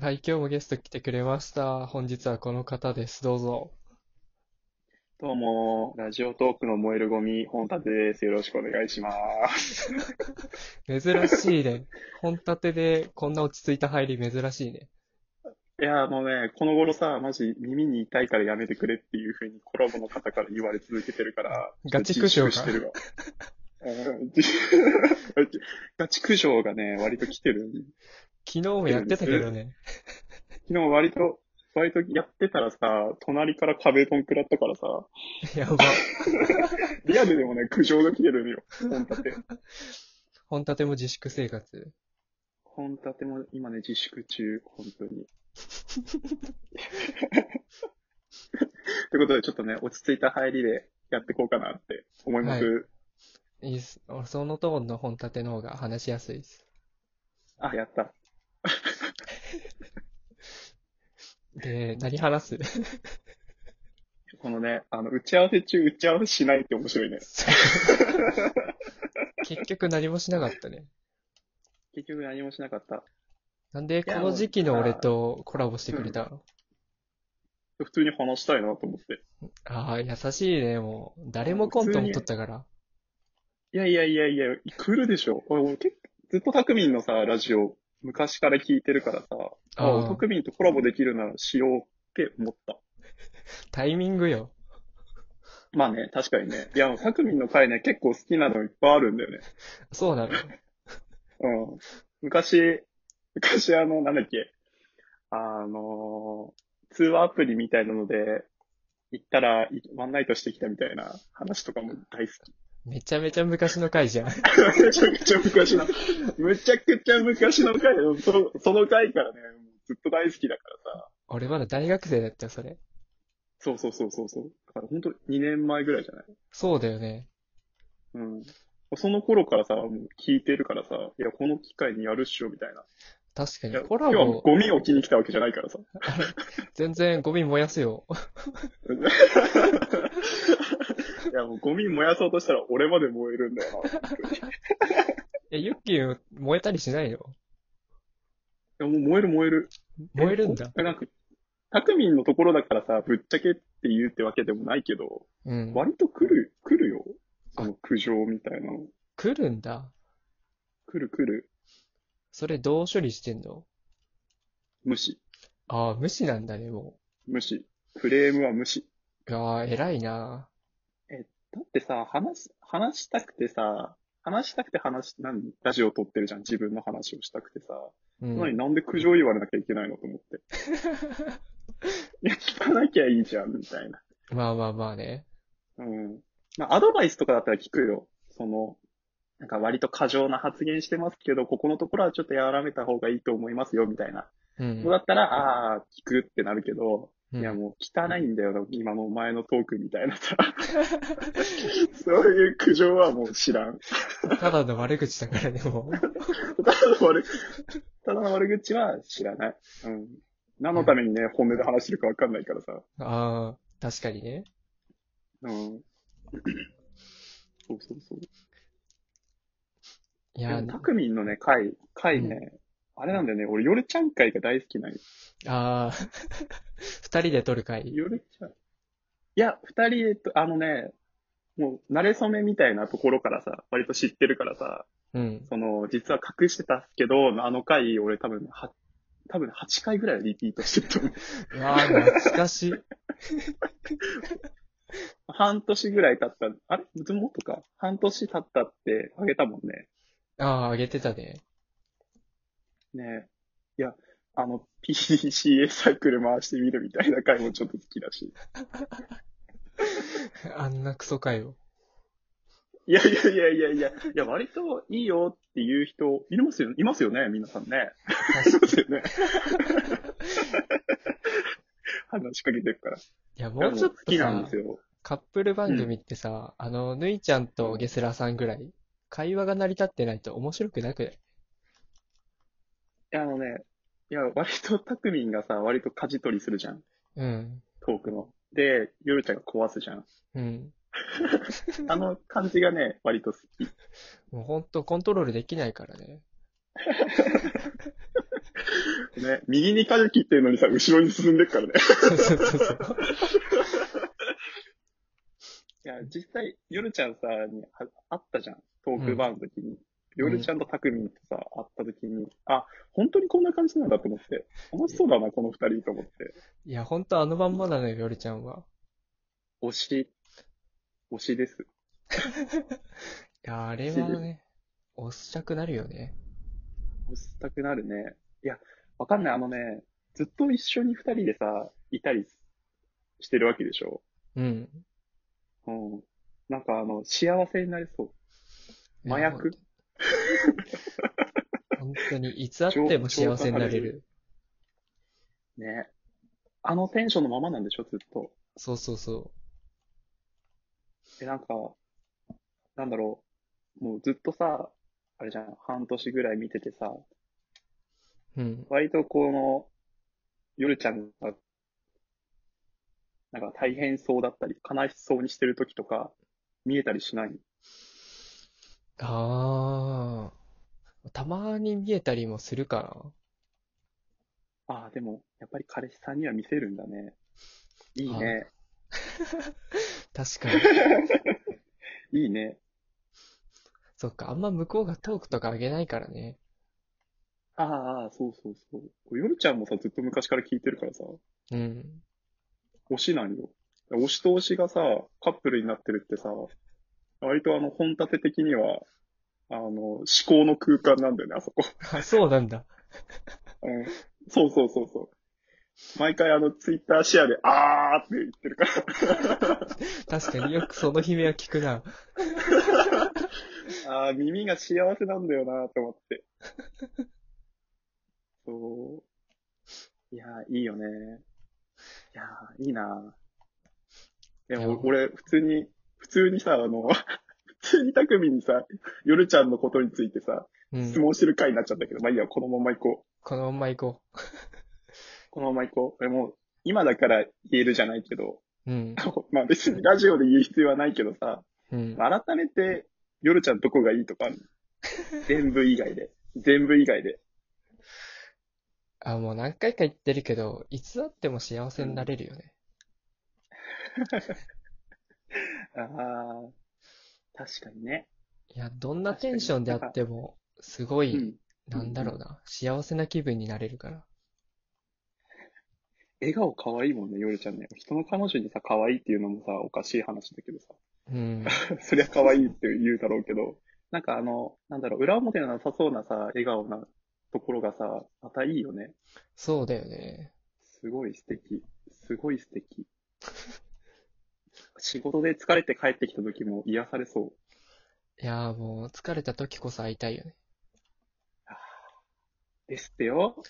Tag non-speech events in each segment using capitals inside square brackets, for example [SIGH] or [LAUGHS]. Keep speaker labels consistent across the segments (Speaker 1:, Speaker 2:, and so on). Speaker 1: はい、今日もゲスト来てくれました。本日はこの方です。どうぞ。
Speaker 2: どうも、ラジオトークの燃えるゴミ、本立です。よろしくお願いします。
Speaker 1: 珍しいね。本立てでこんな落ち着いた入り珍しいね。
Speaker 2: いや、もうね、この頃さ、マジ耳に痛いからやめてくれっていうふうにコラボの方から言われ続けてるから、
Speaker 1: ガチ苦笑
Speaker 2: か。してるわ。ガチ苦笑がね、割と来てる。
Speaker 1: 昨日もやってたけどね。
Speaker 2: 昨日割と、割とやってたらさ、隣から壁ドン食らったからさ。
Speaker 1: やば。
Speaker 2: リアルでもね、苦情が来てるのよ。本立て。
Speaker 1: 本立ても自粛生活。、
Speaker 2: 本立ても今ね、自粛中、本当に。ということで、ちょっとね、落ち着いた入りでやっていこうかなって思います。はい
Speaker 1: いいっす。俺、そのトーンの本立ての方が話しやすいです。
Speaker 2: あ、やった。
Speaker 1: で、何話す
Speaker 2: このね、あの、打ち合わせ中、打ち合わせしないって面白いね。
Speaker 1: 結局何もしなかったね。
Speaker 2: 結局何もしなかった。
Speaker 1: なんで、この時期の俺とコラボしてくれたの、
Speaker 2: うん、普通に話したいなと思って。
Speaker 1: ああ、優しいね、もう。誰もコントも撮ったから。
Speaker 2: いやいやいやいや、来るでしょ。俺、俺結ずっとタクミンのさ、ラジオ、昔から聞いてるからさ、ああ、特民とコラボできるならしようって思った。
Speaker 1: タイミングよ。
Speaker 2: まあね、確かにね。いや、タクミンの回ね、結構好きなのいっぱいあるんだよね。
Speaker 1: そうなの
Speaker 2: うん。昔、昔あの、なんだっけ、あの、通話アプリみたいなので、行ったら、ワンナイトしてきたみたいな話とかも大好き。
Speaker 1: めちゃめちゃ昔の回じゃん。 [LAUGHS]
Speaker 2: めちゃくちゃ昔の、むちゃくちゃ昔の回だよ。その、その回からね、ずっと大好きだからさ。
Speaker 1: 俺まだ大学生だったよ、それ。
Speaker 2: そうそうそうそうそう。だから本当2年前ぐらいじゃない
Speaker 1: そうだよね。
Speaker 2: うん。その頃からさ、もう聞いてるからさ、いや、この機会にやるっしょ、みたいな。
Speaker 1: 確かに、コラボ。
Speaker 2: 今日はゴミを置きに来たわけじゃないからさ。
Speaker 1: 全然ゴミ燃やすよ。 [LAUGHS]
Speaker 2: いや、もうゴミ燃やそうとしたら俺まで燃えるんだよな。
Speaker 1: え、ユッキー燃えたりしないのい
Speaker 2: や、もう燃える燃える。
Speaker 1: 燃えるんだ。
Speaker 2: なんか、タクミンのところだからさ、ぶっちゃけって言うってわけでもないけど、うん、割と来る、来るよ。その苦情みたいなの。
Speaker 1: 来るんだ。
Speaker 2: 来る来る。
Speaker 1: それどう処理してんの
Speaker 2: 無視。
Speaker 1: ああ、無視なんだね、も
Speaker 2: う。無視。フレームは無視。
Speaker 1: ああ、偉いな。
Speaker 2: え、だってさ、話、話したくてさ、話したくて話、何、ラジオ撮ってるじゃん、自分の話をしたくてさ。うん、なになんで苦情言われなきゃいけないのと思って。 [LAUGHS] いや、聞かなきゃいいじゃん、みたいな。
Speaker 1: まあまあまあね。
Speaker 2: うん。まあ、アドバイスとかだったら聞くよ。その、なんか割と過剰な発言してますけど、ここのところはちょっとやらめた方がいいと思いますよ、みたいな。うん。だったら、ああ、聞くってなるけど、いや、もう汚いんだよ、うん、今のお前のトークみたいなさ。 [LAUGHS] そういう苦情はもう知らん。
Speaker 1: ただの悪口だからね、も
Speaker 2: う。ただの悪、ただの悪口は知らない。うん。何のためにね、うん、本音で話してるかわかんないからさ。
Speaker 1: [LAUGHS] ああ、確かにね。
Speaker 2: うん。そうそうそう。
Speaker 1: いや、
Speaker 2: たくみんのね、回、回ね、うん、あれなんだよね、俺、夜ちゃん会が大好きなんよ。
Speaker 1: ああ、 [LAUGHS] 二人で撮る回。
Speaker 2: 夜ちゃん。いや、二人でと、あのね、もう、慣れ初めみたいなところからさ、割と知ってるからさ、うん、 [LAUGHS] その、実は隠してたっすけど、あの回、俺多分、は、多分8回ぐらいリピートしてると思
Speaker 1: う。わあ、懐かしい。
Speaker 2: 半年ぐらい経った、あれもっとか。半年経ったってあげたもんね。
Speaker 1: ああ、あげてたで。
Speaker 2: ねえ。いや、あの、PDCA サイクル回してみるみたいな回もちょっと好きだし。
Speaker 1: [LAUGHS] あんなクソ回を。
Speaker 2: いやいやいやいやいや、いや、割といいよっていう人、いますよ、いますよね、皆さんね。いますよね。 [LAUGHS] 話しかけてるから。い
Speaker 1: や、もうちょっと
Speaker 2: 好きなんですよ。
Speaker 1: カップル番組ってさ、うん、あの、ぬいちゃんとゲスラさんぐらい、会話が成り立ってないと面白くなくないい
Speaker 2: や、あのね、いや、割とたくみんがさ、割と舵取りするじゃん。
Speaker 1: うん。
Speaker 2: トークの。で、ゆるちゃんが壊すじゃん。
Speaker 1: うん。
Speaker 2: あの感じがね、割と好き。
Speaker 1: もうほんとコントロールできないからね。
Speaker 2: ね、右に舵切ってるのにさ、後ろに進んでるからね。
Speaker 1: そうそうそうそう。
Speaker 2: いや、実際、ヨルちゃんさ、にあ会ったじゃん。トークバーの時に。ヨルちゃんとタクミンとさ、会った時に、あ、本当にこんな感じなんだと思って。楽しそうだな、この二人と思って。
Speaker 1: [LAUGHS] いや、ほんとあのまんまなのよ、よりちゃんは。
Speaker 2: 推し、推しです。
Speaker 1: いや、あれはね、押したくなるよね。
Speaker 2: 推したくなるね。いや、わかんない。あのね、ずっと一緒に二人でさ、いたりしてるわけでしょ。
Speaker 1: うん。
Speaker 2: うん。なんかあの、幸せになりそう。麻薬
Speaker 1: 本当に、いつあっても幸せになれる。
Speaker 2: ね。あのテンションのままなんでしょ、ずっと。
Speaker 1: そうそうそ
Speaker 2: え、なんか、なんだろう。もうずっとさ、あれじゃん、半年ぐらい見ててさ、
Speaker 1: う。うん。
Speaker 2: 割とこの、夜ちゃんが、なんか大変そうだったり、悲しそうにしてる時とか、見えたりしない
Speaker 1: ああ。たまに見えたりもするか
Speaker 2: ああ、でも、やっぱり彼氏さんには見せるんだね。いいね。
Speaker 1: な。確かに。
Speaker 2: いいね。
Speaker 1: そっか、あんま向こうがトークとかあげないからね。
Speaker 2: ああああ、そうそうそう。これ夜ちゃんもさ、ずっと昔から聞いてるからさ、
Speaker 1: うん。
Speaker 2: 推しなんよ。推しと推しがさ、カップルになってるってさ、割とあの、本立て的には、あの、思考の空間なんだよね、あそこ。
Speaker 1: あ、そうなんだ。
Speaker 2: うん。そうそうそうそう。毎回あの、ツイッターシェアで、あーって言ってるから。
Speaker 1: 確かによくその悲鳴は聞くな。
Speaker 2: ああ、耳が幸せなんだよなと思って。 [LAUGHS] そう。いやー、いいよね。いやー、いいなーい
Speaker 1: い
Speaker 2: や、
Speaker 1: や
Speaker 2: お俺、普通に、普通にさ、あの、 [LAUGHS] 普通にたくみにさ、よるちゃんのことについてさ、
Speaker 1: う
Speaker 2: 質
Speaker 1: ん。
Speaker 2: 問してる回になっちゃったけど、まあいいや、このまま行こう。
Speaker 1: このまんま行こ
Speaker 2: このまま行こう。俺もう、今だから言えるじゃないけど、 [LAUGHS]
Speaker 1: う。うん。
Speaker 2: まあ別にラジオで言う必要はないけどさ、
Speaker 1: うん。
Speaker 2: 改めて、ヨルちゃんどこがいいとかある全部以外で。 [LAUGHS] 全部以外で。
Speaker 1: あ、もう何回か言ってるけど、いつあっても幸せになれるよね。
Speaker 2: ああ、確かにね。
Speaker 1: いや、どんなテンションであっても、すご
Speaker 2: う
Speaker 1: い、
Speaker 2: ん。
Speaker 1: なんだろうな、幸せな気分になれるから。
Speaker 2: 笑顔可愛いもんね、ヨルちゃんね。人の彼女にさ、可愛いっていうのもさ、おかしい話だけどさ。 [LAUGHS]
Speaker 1: うん。
Speaker 2: そりゃ可愛いって言うだろうけど、なんかあの、なんだろう、裏表のなさそうなさ、笑顔なところがさ、またいいよね。
Speaker 1: そうだよね。
Speaker 2: すごい素敵。すごい素敵。仕事で疲れて帰ってきた時も癒されそう。
Speaker 1: いやーもう、疲れた時こそ会いたいよね。
Speaker 2: ですってよ。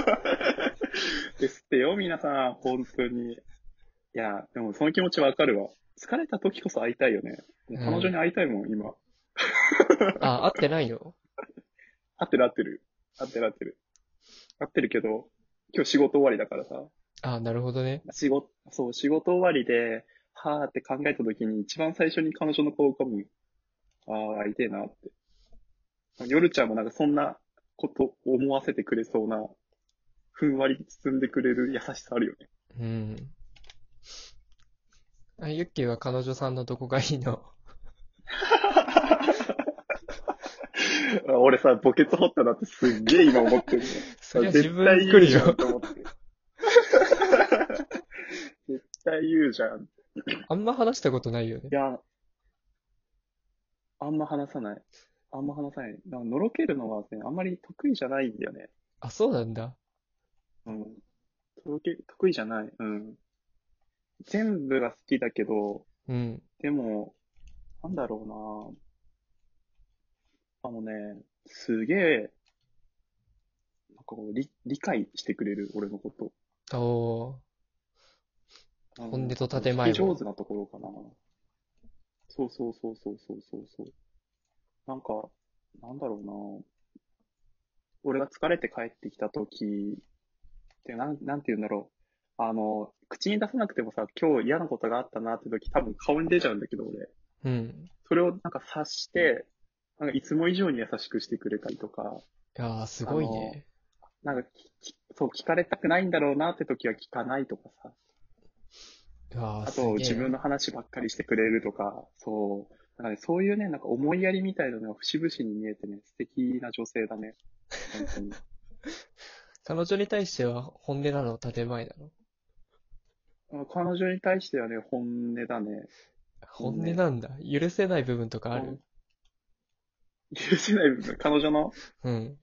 Speaker 2: [LAUGHS] ですってよ、皆さん、本当に。いや、でもその気持ちわかるわ。疲れた時こそ会いたいよね。もう彼女に会いたいもん、今。
Speaker 1: あ、会ってないよ。
Speaker 2: 合ってる合ってる。合ってる合ってる。合ってるけど、今日仕事終わりだからさ。
Speaker 1: あ、なるほどね。
Speaker 2: 仕事、そう、仕事終わりで、はーって考えた時に一番最初に彼女の顔を浮かぶ。ああ、会いてえなって。夜ちゃんもなんかそんなこと思わせてくれそうな、ふんわり包んでくれる優しさあるよ
Speaker 1: [LAUGHS]
Speaker 2: ね。
Speaker 1: うん。あ、ユッキーは彼女さんのどこがいいの
Speaker 2: あ俺さ、墓穴掘ったなってすっげえ今思ってるね。
Speaker 1: そりゃ自
Speaker 2: 絶
Speaker 1: 分
Speaker 2: 対
Speaker 1: 来
Speaker 2: 言う
Speaker 1: る
Speaker 2: じゃん
Speaker 1: よ
Speaker 2: と。思って。 [LAUGHS] 絶対言うじゃん。
Speaker 1: あんま話したことないよね
Speaker 2: い。や、あんま話さない。あんま話さない。なんかのろけるのはね、あんまり得意じゃないんだよね。
Speaker 1: あ、そうなんだ。
Speaker 2: うん。とろけ得意じゃない。うん。全部が好きだけど、
Speaker 1: うん。
Speaker 2: でも、なんだろうなあのね、すげえ、なんかこう理理解してくれる、俺のこと。
Speaker 1: おー。
Speaker 2: うん
Speaker 1: 本音と建前を
Speaker 2: 聞き上手なところかな。そうそうそうそうそうそうそう。なんか、なんだろうな。俺が疲れて帰ってきた時って、なん、なんて言うんだろう。あの、口に出さなくてもさ、今日嫌なことがあったなって時、多分顔に出ちゃうんだけど、俺。
Speaker 1: うん。
Speaker 2: それをなんか察して、なんかいつも以上に優しくしてくれたりとか、
Speaker 1: いやー、すごいね。
Speaker 2: なんかききそう、聞かれたくないんだろうなって時は聞かないとかさ。
Speaker 1: あ
Speaker 2: あと、自分の話ばっかりしてくれるとか、そう。なんかね、そういうね、なんか思いやりみたいなのが節々に見えてね、素敵な女性だね。本当に。
Speaker 1: 彼
Speaker 2: [LAUGHS]
Speaker 1: 女に対しては本音なの建前なの
Speaker 2: まあ彼女に対してはね、本音だね。
Speaker 1: 本
Speaker 2: 本
Speaker 1: 音
Speaker 2: 音
Speaker 1: なんだ。許せない部分とかある
Speaker 2: 許せない部分。彼女の
Speaker 1: うん。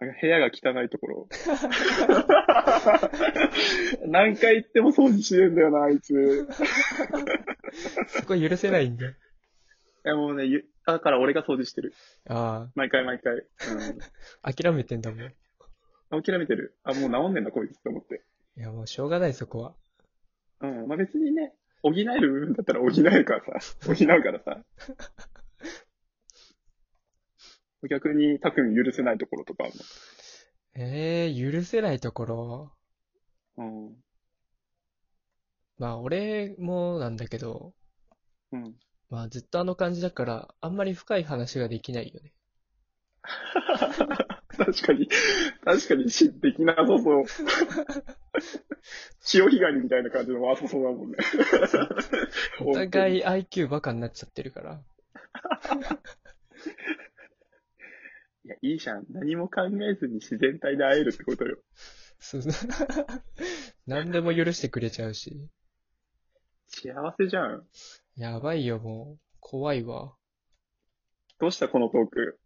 Speaker 2: なんか部屋が汚いとこ
Speaker 1: [LAUGHS]
Speaker 2: ろ。何回行っても掃除してるんだよな、あいつ。
Speaker 1: そこ許せないんだ。 [LAUGHS]
Speaker 2: いやもうね、ゆだから俺が掃除してる。
Speaker 1: あ
Speaker 2: 毎回毎回。う
Speaker 1: あ、諦めてんだもん。い
Speaker 2: ん。諦めてる。あ、もう治んねんな、こいつと思って。
Speaker 1: や、もうしょうがない、そこは。
Speaker 2: うん。まあ別にね、補える部分だったら補えるから [LAUGHS] さ。補うからさ。逆に、たくみ許せないところとか
Speaker 1: ええ許せないところ。
Speaker 2: も。
Speaker 1: まあ、俺もなんだけど、
Speaker 2: うん。 [LAUGHS] うん。
Speaker 1: まあ、ずっとあの感じだから、あんまり深い話ができないよね。
Speaker 2: 確かに、確かに、死できなさ [LAUGHS] そう。潮干狩りみたいな感じの浅そうだもんね。
Speaker 1: お互
Speaker 2: い。
Speaker 1: い IQ バカになっちゃってるから。
Speaker 2: いや、いいじゃん。何も考えずに自然体で会えるってことよ。
Speaker 1: そう [LAUGHS] 何でも許してくれちゃうし。
Speaker 2: 幸せじゃん。
Speaker 1: やばいよ、もう。怖いわ。
Speaker 2: どうしたこのトー [LAUGHS] ク。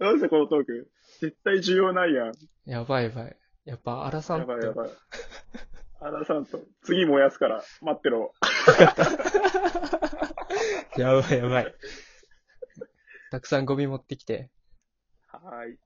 Speaker 2: どうしたこのトーク。絶対需要ないやん。
Speaker 1: やばいやばい。やっぱ、荒さん
Speaker 2: や
Speaker 1: っ
Speaker 2: ばいや
Speaker 1: て
Speaker 2: ばい。アラさんと、次燃やすから、待ってろ。
Speaker 1: やばいやばい。たくさんゴミ持ってきて。
Speaker 2: はーい。